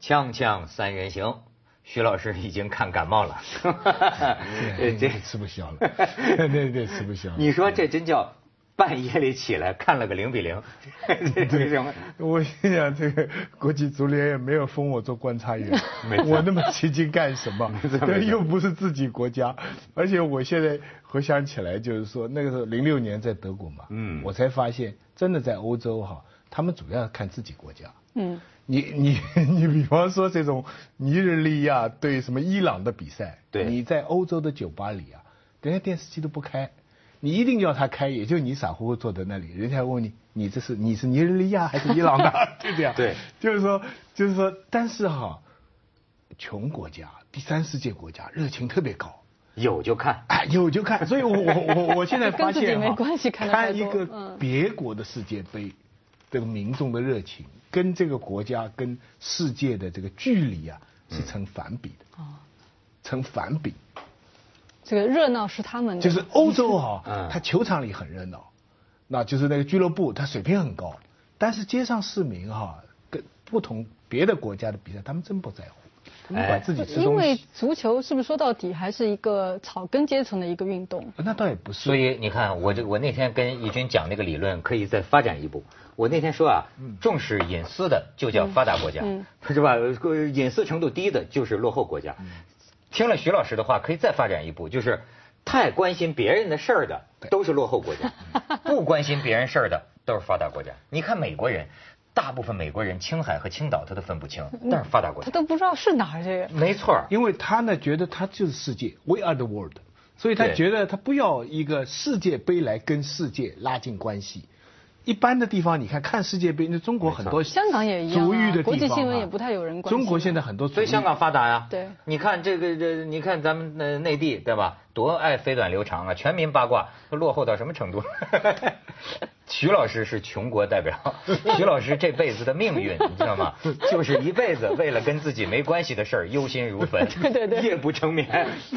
锵锵三人行，徐老师已经看感冒了，这哎这吃不消了，对对吃不消了。你说这真叫半夜里起来看了个零比零，这是什么？我心想，这个国际足联也没有封我做观察 员，我那么奇迹干什么？对，又不是自己国家。而且我现在回想起来，就是说那个时候零六年在德国嘛，嗯，我才发现真的在欧洲哈，他们主要看自己国家。嗯，你你 你，比方说这种尼日利亚对什么伊朗的比赛，对你在欧洲的酒吧里啊，人家电视机都不开，你一定要他开，也就你傻乎乎坐在那里，人家还问你，你这是你是尼日利亚还是伊朗的， 对不对啊？对，就是说就是说，但是哈，穷国家、第三世界国家热情特别高，有就看，哎，有就看，所以我我我我现在发现哈 跟自己没关系看得太看一多嗯个别国的世界杯，这个民众的热情跟这个国家跟世界的这个距离啊是成反比的，成反比。啊这个热闹是他们的，就是欧洲哈、嗯它球场里很热闹，那就是那个俱乐部，它水平很高，但是街上市民哈、跟不同别的国家的比赛，他们真不在乎，他们管自己吃嗯哎因东为西。足球是不是说到底还是一个草根阶层的一个运动？那倒也不是，所以你看我这我那天跟义军讲那个理论，可以再发展一步。我那天说啊，重视隐私的就叫发达国家，嗯 是吧？呃隐私程度低的就是落后国家。听了徐老师的话，可以再发展一步，就是太关心别人的事儿的对都是落后国家，不关心别人事儿的都是发达国家。你看美国人，大部分美国人青海和青岛他都分不清，但是发达国嗯他家。都不知道是哪儿这个。没错儿，因为他呢觉得他就是世界，We are the world，所以他对觉得他不要一个世界杯来跟世界拉近关系。一般的地方，你看看世界杯，那中国很多香港也一样啊足浴的地方、啊，国际新闻也不太有人关心啊中国现在很多足浴，所以香港发达呀。对你看这个这，你看咱们呃内地对吧？多爱飞短流长啊，全民八卦，都落后到什么程度？ 徐老师是穷国代 表，徐老师这辈子的命运，你知道吗？就是一辈子为了跟自己没关系的事儿忧心如焚， 对对对夜不成眠。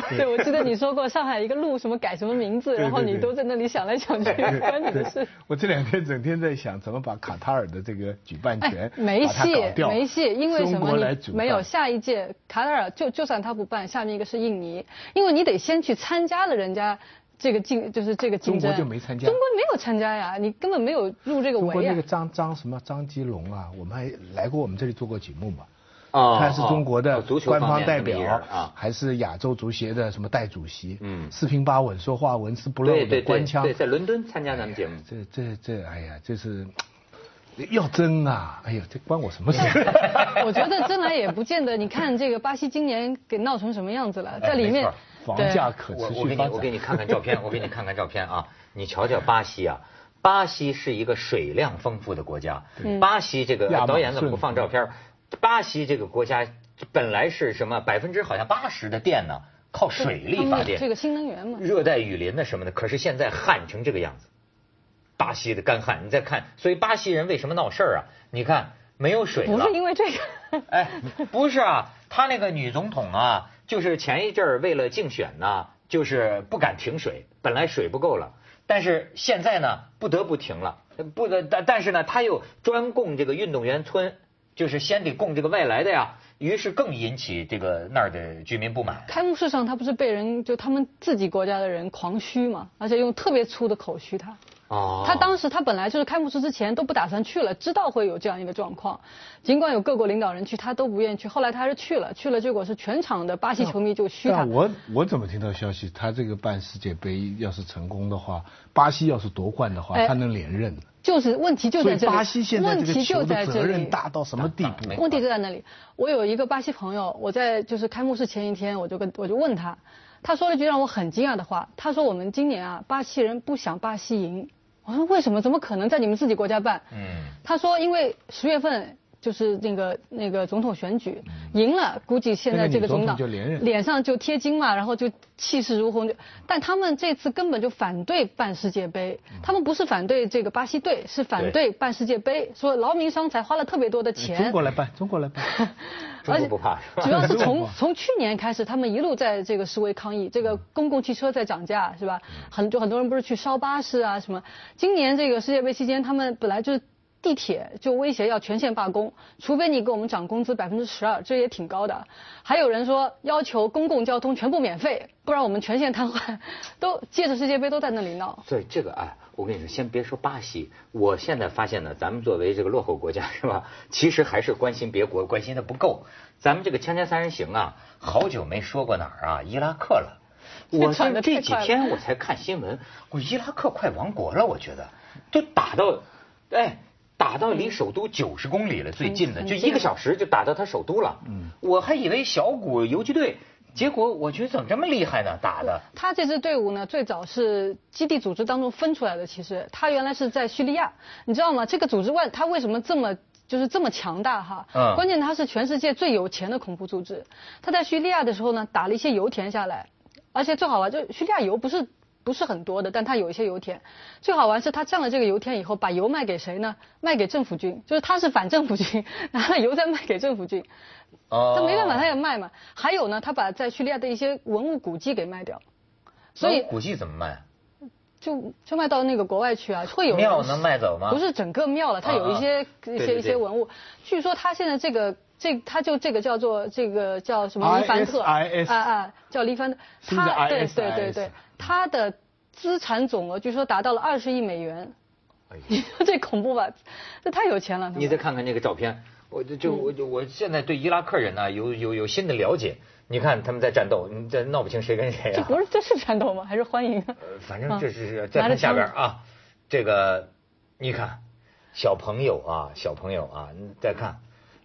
对，我记得你说过上海一个路什么改什么名字，对然后你对都在那里想来想去，关你的事。 我这两天整天在想怎么把卡塔尔的这个举办权 哎，没把它戏搞，掉没戏，因为什中么国来你主没有办下一届卡塔尔就就算他不办，下面一个是印尼，因为你得先去参加了人家这个竞就是这个竞争，中国就没参加中国没有参加呀，你根本没有入这个中国围那呀个。张张什么张基龙啊，我们还来过我们这里做过节目嘛。哦他是中国的哦足球官方方面代这么一表人啊还是亚洲足协的什么代主席？嗯四平八稳，说话纹丝不对漏对的对官腔对，。嗯在伦敦参加咱们节目。这这这，哎呀，这是要争啊！哎呀，这关我什么事？ 我觉得争来也不见得，你看这个巴西今年给闹成什么样子哎了，在里没面错 房对价可我持我给续你发我给展。你看看照片，我给你看看照片啊，你瞧瞧巴西啊。巴西是一个水量丰富的国家，巴西这个亚马导演怎么逊不放照片儿？巴西这个国家本来是什么百分之好像八十的电呢，靠水他力们发的电，这个新能源嘛。热带雨林的什么的，可是现在旱成这个样子，巴西的干旱，你再看，所以巴西人为什么闹事儿啊？你看没有水了，不是因为这个， 哎，不是啊，他那个女总统啊，就是前一阵儿为了竞选呢、就是不敢停水，本来水不够了，但是现在呢，不得不停了，不得，但但是呢，他又专供这个运动员村，就是先得供这个外来的呀，于是更引起这个那儿的居民不满。开幕式上他不是被人就他们自己国家的人狂嘘嘛，而且用特别粗的口嘘他。哦他当时他本来就是开幕式之前都不打算去了，知道会有这样一个状况，尽管有各国领导人去，他都不愿意去。后来他还是去了，去了结果是全场的巴西球迷就嘘他但。我我怎么听到消息，他这个办世界杯要是成功的话，巴西要是夺冠的话，哎他能连任。就是问题就所在以这里，巴西现在问这个题球就在的这责里任。大到什么地步大？问题就在那里。我有一个巴西朋友，我在就是开幕式前一天，我就跟我就问他，他说了一句让我很惊讶的话，他说我们今年啊，巴西人不想巴西赢。我说为什么？怎么可能在你们自己国家办？嗯，他说因为十月份。就是那个那个总统选举嗯赢了，估计现在这个总那个女总统统就连任脸上就贴金嘛，然后就气势如虹。就但他们这次根本就反对办世界杯，嗯他们不是反对这个巴西队，是反对办世界杯，说劳民伤财，花了特别多的钱。中国来办，中国来办。中国不怕 是吧？主要是是从吧从去年开始，他们一路在这个示威抗议，这个公共汽车在涨价，是吧？很就很多人不是去烧巴士啊什么。今年这个世界杯期间，他们本来就是地铁就威胁要全线罢工，除非你给我们涨工资百分之十二，这也挺高的。还有人说要求公共交通全部免费，不然我们全线瘫痪。 都借着世界杯都在那里闹。所以这个哎，我跟你说，先别说巴西，我现在发现呢，咱们作为这个落后国家是吧，其实还是关心别国，关心的不够。咱们这个《锵锵三人行》啊，好久没说过哪儿啊，伊拉克了。我传这得这太几快了天我才看新闻，我伊拉克快亡国了，我觉得就打到，哎，打到离首都九十公里了，最近的很就近一个小时就打到他首都了。嗯，我还以为小股游击队，结果我觉得怎么这么厉害呢？打的他这支队伍呢，最早是基地组织当中分出来的。其实他原来是在叙利亚，你知道吗？这个组织外，他为什么这么就是这么强大哈？嗯关键他是全世界最有钱的恐怖组织。他在叙利亚的时候呢，打了一些油田下来，而且最好玩，就叙利亚油不是不是很多的，但它有一些油田。最好玩是他占了这个油田以后，把油卖给谁呢？卖给政府军，就是他是反政府军，拿了油再卖给政府军。哦他没办法，他也卖嘛。还有呢，他把在叙利亚的一些文物古迹给卖掉，所以那古迹怎么啊卖？就就卖到那个国外去 啊，会有人庙能卖走吗？不是整个庙了，它有一些、啊啊一对对些一些文物。据说他现在这个这他就这个叫做这个叫什么 IS 黎凡特 IS 啊啊叫黎凡特，是不是他对 IS 对对对 IS，他的资产总额据说达到了二十亿美元，哎呀你说 这恐怖吧？这太有钱了。他们你再看看那个照片，我就嗯就我就我现在对伊拉克人呢、有有有新的了解。你看他们在战斗，你这闹不清谁跟谁这啊。不是这是战斗吗？还是欢迎啊？呃反正这是啊在拿他着下枪边啊，这个你看小朋友啊，小朋友啊，你再看。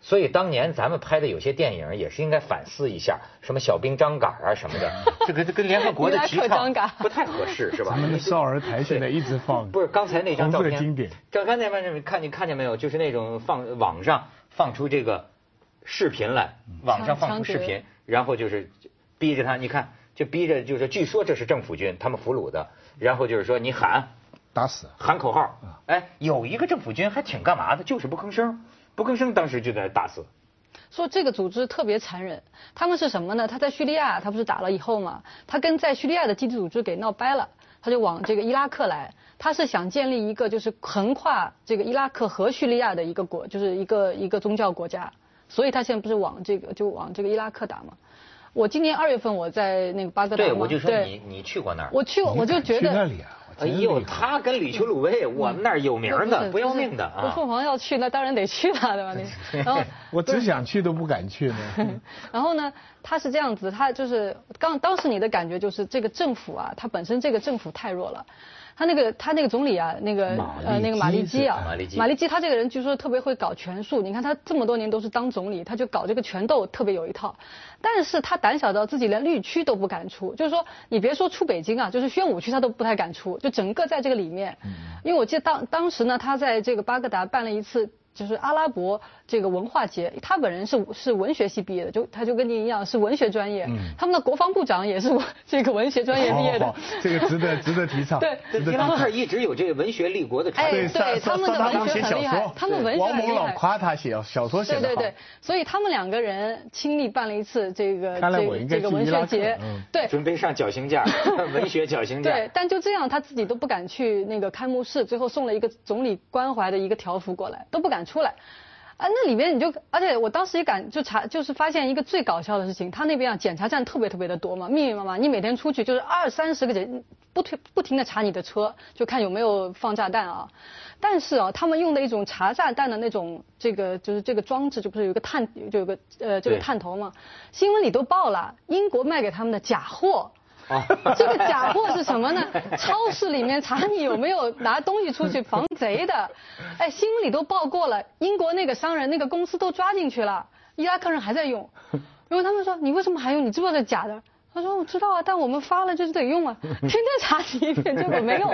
所以当年咱们拍的有些电影也是应该反思一下，什么小兵张嘎啊什么 的，这个这跟联合国的提伊拉克倡张嘎不太合适是吧？咱们的少儿台现在一直放不是刚才那张照红片色经典刚才那边你看你看见没有？就是那种放网上放出这个视频来，网上放出视枪频决，然后就是逼着他，你看就逼着就是据说这是政府军，他们俘虏的，然后就是说你喊打死。喊口号，哎，有一个政府军还挺干嘛的，就是不吭声，不吭声，当时就在那打死。说这个组织特别残忍，他们是什么呢？他在叙利亚，他不是打了以后嘛，他跟在叙利亚的基地组织给闹掰了，他就往这个伊拉克来，他是想建立一个就是横跨这个伊拉克和叙利亚的一个国，就是一个一个宗教国家，所以他现在不是往这个就往这个伊拉克打嘛。我今年二月份我在那个巴格达嘛，对，我就说对你你去过那儿？我去我就觉去那得。里啊！我哎真呦，厉害他跟吕秋鲁卫，我们那儿有名不的，是不要就是命的我啊！凤凰要去，那当然得去了，对吧？你，然后我只想去都不敢去 呢。然后呢，他是这样子，他就是刚当时你的感觉就是这个政府啊，他本身这个政府太弱了。他那个他那个总理啊，那个马呃利那个基马利基啊是，马利基他这个人据说特别会搞权术，你看他这么多年都是当总理，他就搞这个权斗特别有一套。但是他胆小到自己连绿区都不敢出，就是说你别说出北京啊，就是宣武区他都不太敢出，就整个在这个里面。因为我记得当当时呢，他在这个巴格达办了一次就是阿拉伯这个文化节，他本人是是文学系毕业的，就他就跟您一样是文学专嗯业，他们的国防部长也是文这个文学专业毕业的。好好好这个值得值得提倡。对这伊拉克一直有这个文学立国的传哎统。对，萨对萨他们的萨达姆文学写很小厉害说他们文学王很蒙厉老害夸他写小说写对得对好。对，所以他们两个人亲历办了一次这个看来这我个应该这个去文伊拉学克节嗯，对，准备上绞刑架，文学绞刑架。对，但就这样，他自己都不敢去那个开幕式，最后送了一个总理关怀的一个条幅过来，都不敢出来。啊，那里面你就，而且我当时也敢就查，就是发现一个最搞笑的事情，他那边啊检查站特别特别的多嘛，密密麻麻，你每天出去就是二三十个人，不停不停的查你的车，就看有没有放炸弹啊。但是啊，他们用的一种查炸弹的那种这个就是这个装置，就不是有一个探就有个呃这个对探头嘛，新闻里都报了，英国卖给他们的假货。啊， 这个假货是什么呢？超市里面查你有没有拿东西出去防贼的。哎，新闻里都报过了，英国那个商人、那个公司都抓进去了，伊拉克人还在用。因为他们说你为什么还用？你知不知道这假的？他说我知道啊，但我们发了就是得用啊，天天查你一遍，结果没用。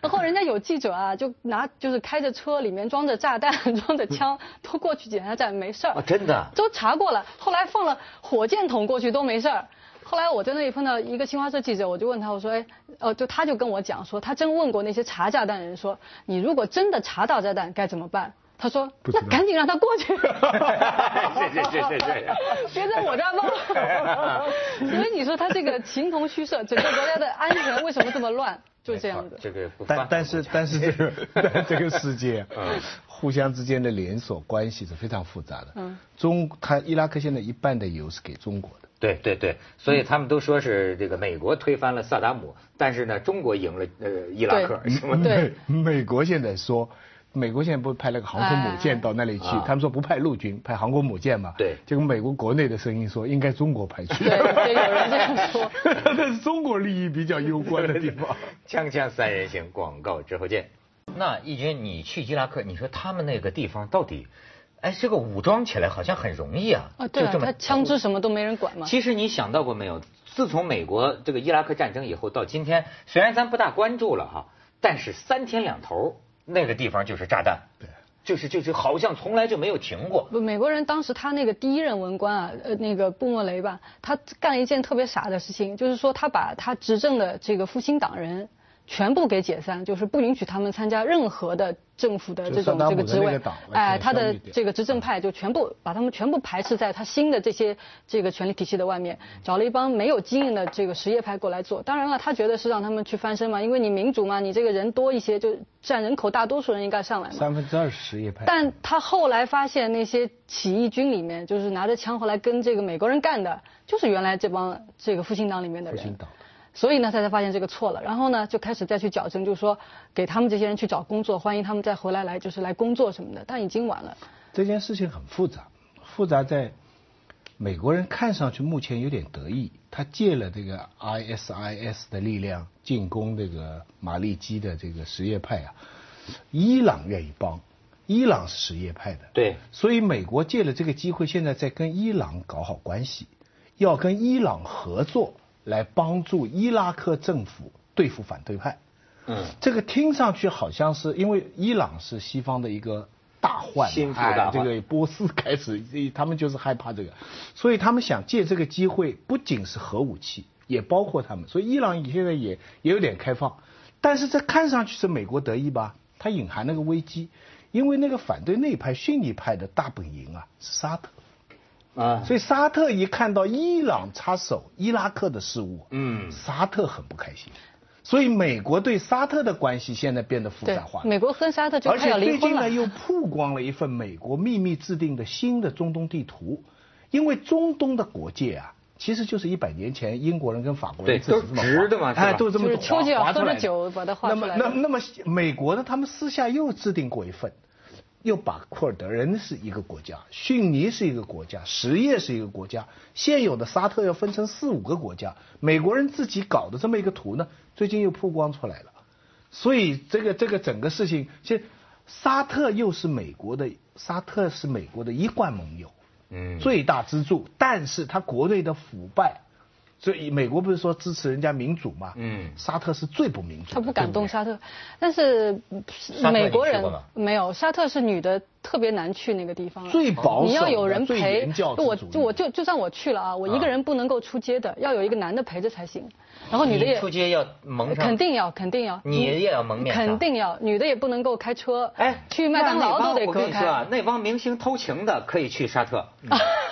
然后人家有记者啊，就拿就是开着车，里面装着炸弹、装着枪，都过去检查站没事儿啊，。真 的，都查过了，后来放了火箭筒过去都没事儿。后来我在那里碰到一个新华社记者，我就问他，我说，哎，呃，就他就跟我讲说，他真问过那些查炸弹人说，你如果真的查到炸弹该怎么办？他说，不知那道赶紧让他 过去， 是是是是别在我这儿冒。所以你说他这个形同虚设，整个国家的安全为什么这么乱？就这样子。哎这个不但发达但国是家但是这 个但这个世界，嗯互相之间的连锁关系是非常复杂的。嗯，中它伊拉克现在一半的油是给中国的，对对对，所以他们都说是这个美国推翻了萨达姆，但是呢，中国赢了呃伊拉克，是吗？对美美国现在说，美国现在不是派了个航空母舰到那里去，哎啊他们说不派陆军，派航空母舰嘛。对结果美国国内的声音说，应该中国派去。 对，对，有人这样说。那是中国利益比较攸关的地方。锵锵三人行，广告之后见。那义军，你去伊拉克，你说他们那个地方到底，哎，这个武装起来好像很容易啊，啊，对就啊这，么他枪支什么都没人管嘛。其实你想到过没有？自从美国这个伊拉克战争以后到今天，虽然咱不大关注了哈，但是三天两头那个地方就是炸弹，对，就是就是好像从来就没有停过。不，美国人当时他那个第一任文官啊，呃，那个布莫雷吧，他干了一件特别傻的事情，就是说他把他执政的这个复兴党人全部给解散，就是不允许他们参加任何的政府的就这种萨达姆这个的职那位个党，哎、哎他相的对一点这个执政派就全部把他们全部排斥在他新的这些这个权力体系的外面，找了一帮没有经验的这个实业派过来做。当然了，他觉得是让他们去翻身嘛，因为你民主嘛，你这个人多一些，就占人口大多数人应该上来嘛。三分之二十也派。但他后来发现，那些起义军里面，就是拿着枪后来跟这个美国人干的，就是原来这帮这个复兴党里面的复兴人。党所以呢，他才发现这个错了。然后呢，就开始再去矫正，就是说给他们这些人去找工作，欢迎他们再回来来，就是来工作什么的。但已经晚了。这件事情很复杂，复杂在美国人看上去目前有点得意，他借了这个 ISIS 的力量进攻这个马利基的这个什叶派啊，伊朗愿意帮，伊朗是什叶派的，对，所以美国借了这个机会，现在在跟伊朗搞好关系，要跟伊朗合作来帮助伊拉克政府对付反对派。嗯，这个听上去好像是因为伊朗是西方的一个大患嘛，心腹大哎这患个波斯开始，他们就是害怕这个，所以他们想借这个机会，不仅是核武器，也包括他们。所以伊朗现在也也有点开放，但是这看上去是美国得意吧？它隐含那个危机，因为那个反对那派逊尼派的大本营啊是沙特，啊，所以沙特一看到伊朗插手伊拉克的事务，嗯沙特很不开心，所以美国对沙特的关系现在变得复对杂化，。美国跟沙特就而快要且离最婚近了呢，。又曝光了一份美国秘密制定的新的中东地图，因为中东的国界啊，其实就是一百年前英国人跟法国对人自己这么都是直的嘛划是吧哎，都是这么就是丘吉尔划出喝着来的酒把它画那出么来那的那么美国呢，他们私下又制定过一份，又把库尔德人是一个国家，逊尼是一个国家，什叶是一个国家，现有的沙特要分成四五个国家，美国人自己搞的这么一个图呢，最近又曝光出来了，所以这个这个整个事情，其实沙特又是美国的，沙特是美国的一贯盟友，嗯最大支柱，但是他国内的腐败。所以美国不是说支持人家民主嘛？嗯沙特是最不民主的，他不敢对动对沙特，但是嗯特美你国去人过吗没有沙特是女的特别难去那个地方啊，最保守的你要有人最陪原教，旨我主义就我就就算我去了啊，我一个人不能够出街的，要有一个男的陪着才行。然后女的你也出街要蒙上，肯定要肯定要，你也要蒙面上肯定要，女的也不能够开车，哎，去麦当劳那都那帮得我跟隔你说开。啊，那帮明星偷情的可以去沙特，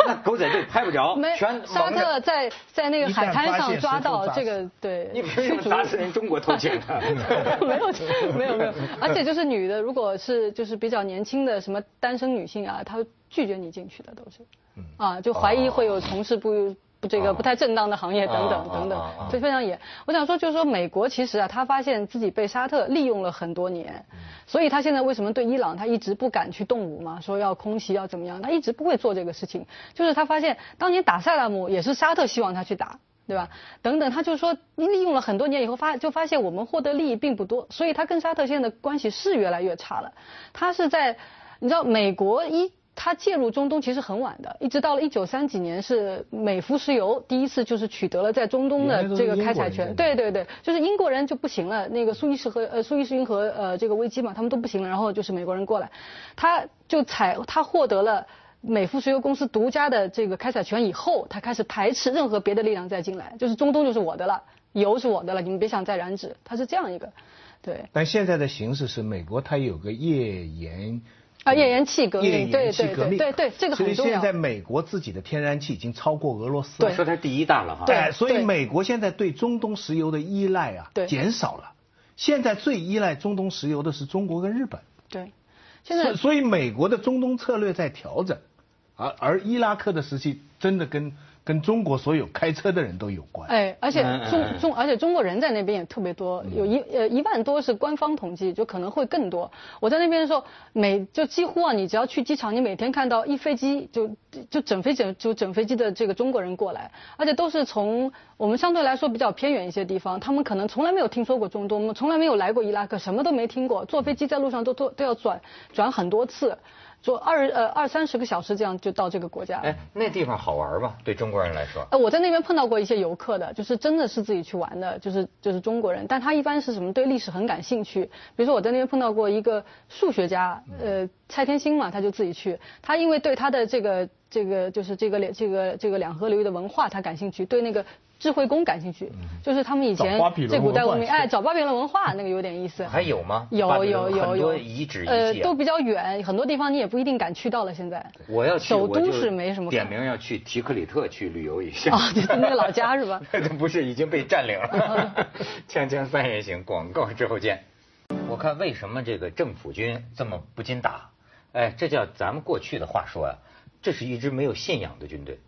那狗仔队拍不着，没，全沙蒙着特在在那个一旦海发滩上现抓石头到砸这死 个对，你凭什么砸死人中国偷情的？ 没有没有没有，而且就是女的，如果是就是比较年轻的什么单身女性啊，她会拒绝你进去的都是，嗯啊，就怀疑会有从事不。不，这个不太正当的行业等等啊等等啊啊啊，这非常严。我想说，就是说美国其实啊，他发现自己被沙特利用了很多年，所以他现在为什么对伊朗他一直不敢去动武嘛？说要空袭要怎么样，他一直不会做这个事情。就是他发现当年打萨达姆也是沙特希望他去打，对吧？等等，他就说利用了很多年以后发就发现我们获得利益并不多，所以他跟沙特现在的关系是越来越差了。他是在你知道美国一。他介入中东其实很晚的，一直到了一九三几年是美孚石油第一次就是取得了在中东的这个开采权，原来都是英国人在对对对，就是英国人就不行了，那个苏伊士河呃苏伊士运河呃这个危机嘛，他们都不行了，然后就是美国人过来，他就采他获得了。美孚石油公司独家的这个开采权以后，他开始排斥任何别的力量再进来，就是中东就是我的了，油是我的了，你们别想再染指，他是这样一个，对，但现在的形势是，美国它有个页岩啊页岩气革命页岩气革命，对对对对这个很重要所以现在美国自己的天然气已经超过俄罗斯了，说他第一大了哈。对哎所以对美国现在对中东石油的依赖啊对减少了，现在最依赖中东石油的是中国跟日本，对，现在所所以美国的中东策略在调整，而而伊拉克的时期真的跟跟中国所有开车的人都有关。哎，而且中中，而且中国人在那边也特别多，有一呃一万多是官方统计，就可能会更多。我在那边的时候，每就几乎啊，你只要去机场，你每天看到一飞机就就整飞整就整飞机的这个中国人过来，而且都是从我们相对来说比较偏远一些地方，他们可能从来没有听说过中东，从来没有来过伊拉克，什么都没听过，坐飞机在路上都都都要转转很多次。坐二呃二三十个小时这样就到这个国家了。哎，那地方好玩吧？对中国人来说，呃，我在那边碰到过一些游客的，就是真的是自己去玩的，就是就是中国人，但他一般是什么对历史很感兴趣。比如说我在那边碰到过一个数学家，呃，蔡天星嘛，他就自己去，他因为对他的这个这个就是这个这个这个两河流域的文化他感兴趣，对那个。智慧宫感兴趣，嗯就是他们以前找巴比伦这古代文文明，化哎，找巴比伦文化那个有点意思。还有吗？有巴比有伦有很有多，遗址遗呃，迹啊。都比较远，很多地方你也不一定敢去到了。现在我要去，首我都就是没什么看点名要去提克里特去旅游一 下。啊，对那个老家是 吧？这不是已经被占领了。 锵锵三人行，广告之后见。我看为什么这个政府军这么不禁打？哎，这叫咱们过去的话说呀、啊这是一支没有信仰的军队。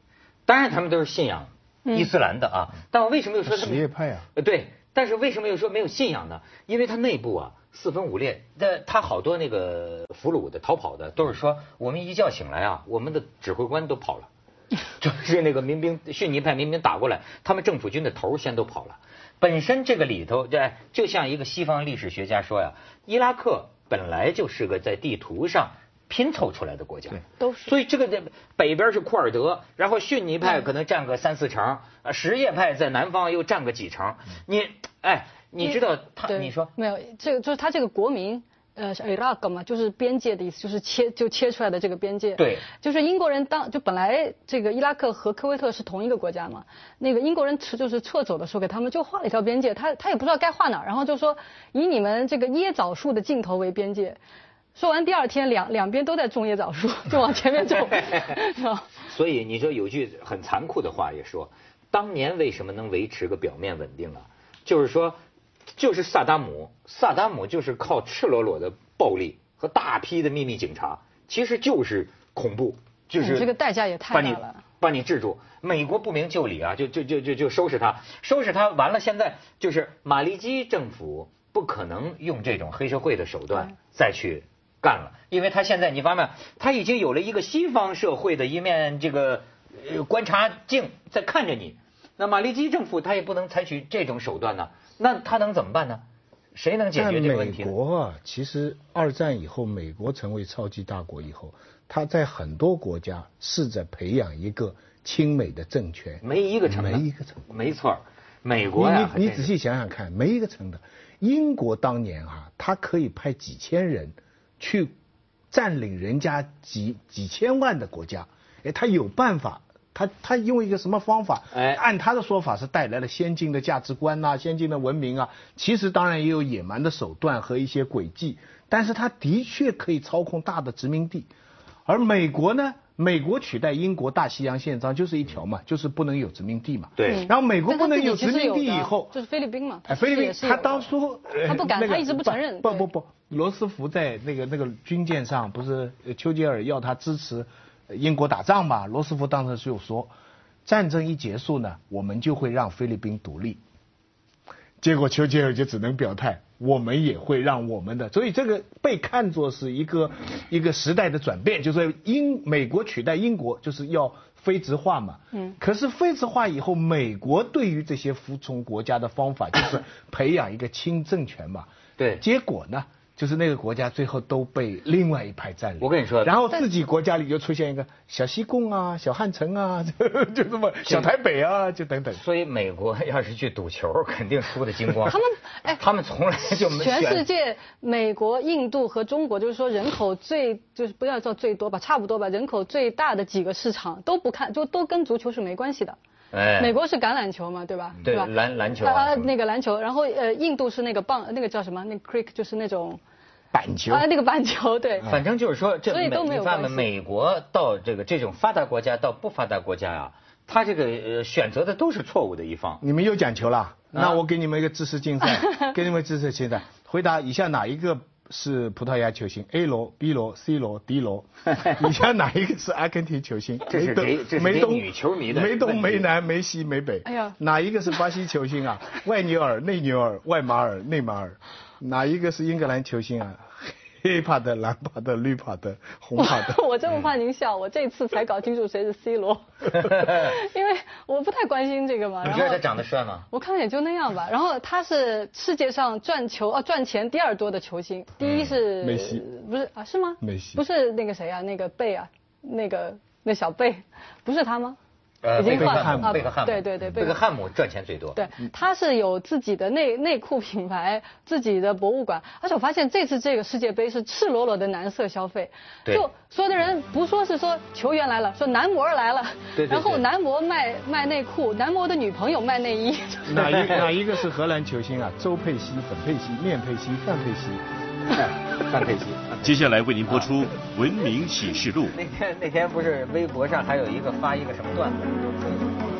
当然，他们都是信仰伊斯兰的啊。但我为什么又说他什们叶派啊？呃，对，但是为什么又说没有信仰呢？因为它内部啊四分五裂，但它好多那个俘虏的、逃跑的，都是说我们一觉醒来啊，我们的指挥官都跑了， 就是那个民兵逊尼派民兵打过来，他们政府军的头儿先都跑了。本身这个里头，这哎就像一个西方历史学家说呀，伊拉克本来就是个在地图上拼凑出来的国家。对都是。所以这个这北边是库尔德，然后逊尼派可能占个三四成，呃什叶派在南方又占个几成。你哎，你知道他对，你说没有？这个就是他这个国民，呃是，Iraq 嘛，就是边界的意思，就是切就切出来的这个边界。对，就是英国人当就本来这个伊拉克和科威特是同一个国家嘛，那个英国人撤就是撤走的时候给他们就画了一条边界，他他也不知道该画哪儿，然后就说以你们这个椰枣树的尽头为边界。说完第二天，两两边都在种椰枣树，就往前 面走，是吧？所以你说有句很残酷的话也说，当年为什么能维持个表面稳定啊？就是说，就是萨达姆，萨达姆就是靠赤裸裸的暴力和大批的秘密警察，其实就是恐怖，就是你嗯这个代价也太把大你了把你制住。美国不明就里啊，就就就就就收拾他，收拾他完了，现在就是马利基政府不可能用这种黑社会的手段再去干了，因为他现在你发现他已经有了一个西方社会的一面这个呃观察镜在看着你，那马利基政府他也不能采取这种手段呢、那他能怎么办呢？谁能解但决这个问美题呢？国啊，其实二战以后，美国成为超级大国以后，他在很多国家试着培养一个亲美的政权，没一个成的，没一个成功没错儿，美国呀，还你你你真是仔细想想看，没一个成的。英国当年啊，他可以派几千人去占领人家几几千万的国家，哎，他有办法。他他用一个什么方法？哎按他的说法是带来了先进的价值观呐、先进的文明啊。其实当然也有野蛮的手段和一些诡计，但是他的确可以操控大的殖民地。而美国呢，美国取代英国大西洋宪章就是一条嘛，就是不能有殖民地嘛。对然后美国嗯但他不能自己有其殖实民地的以后，就是菲律宾嘛，哎，菲律宾其实也是有他的当初、呃他不敢那个他一直不承认不对不不，罗斯福在那个那个军舰上不是呃丘吉尔要他支持呃英国打仗嘛？罗斯福当时就说，战争一结束呢，我们就会让菲律宾独立。结果丘吉尔就只能表态，我们也会让我们的，所以这个被看作是一个一个时代的转变，就是英美国取代英国就是要非殖化嘛。嗯。可是非殖化以后，美国对于这些服从国家的方法就是培养一个亲政权嘛。对结果呢，就是那个国家最后都被另外一派占领。我跟你说然后自己国家里又出现一个小西贡啊、小汉城啊， 就这么小台北啊，就等等。所以美国要是去赌球，肯定输的精光。他们哎他们从来就没全选世界，美国、印度和中国，就是说人口最就是不要叫最多吧，差不多吧，人口最大的几个市场都不看，就都跟足球是没关系的。哎，美国是橄榄球嘛，对吧？对吧？篮篮球啊啊，什么的那个篮球，然后呃，印度是那个棒，那个叫什么？那个 cricket 就是那种板球啊，那个棒球，对。反正就是说，这所以都没美有你发关现系美国到这个这种发达国家到不发达国家呀、啊他这个呃选择的都是错误的一方。你们又讲球了，嗯那我给你们一个知识竞 赛，给你们知识竞赛，回答以下哪一个是葡萄牙球星？A 罗、B 罗、C 罗、D 罗，以下哪一个是阿根廷球星？这是给这是没给东女球迷的没东问没题南没西没北。哎呀哪一个是巴西球 星啊？外纽尔、内纽尔、外马尔、内马尔，哪一个是英格兰球星啊？ 黑怕的、蓝怕的、绿怕的、红怕 的。 我我真不怕您笑，我这次才搞清楚谁是 C 罗，因为我不太关心这个嘛。你然觉得他后长得帅吗？我看了也就那样吧。然后他是世界上赚球啊赚钱第二多的球星，第一是梅西，不是啊是吗？梅西不是那个谁啊，那个贝啊，那个那小贝， 不是他吗？呃，已贝经克换了汉姆，啊贝克汉姆，对对对贝贝克克汉姆赚钱最多。对，他是有自己的内内裤品牌，自己的博物馆，而且我发现这次这个世界杯是赤裸裸的男色消费，对就所有的人不说是说球员来了，说男模来了，对对对然后男模卖卖内裤，男模的女朋友卖内衣， 哪一哪一个是荷兰球星啊？周佩西、粉佩西、面佩西、范佩西。 范佩西。接下来为您播出《文明启示录》。那天那天不是微博上还有一个发一个什么段子，说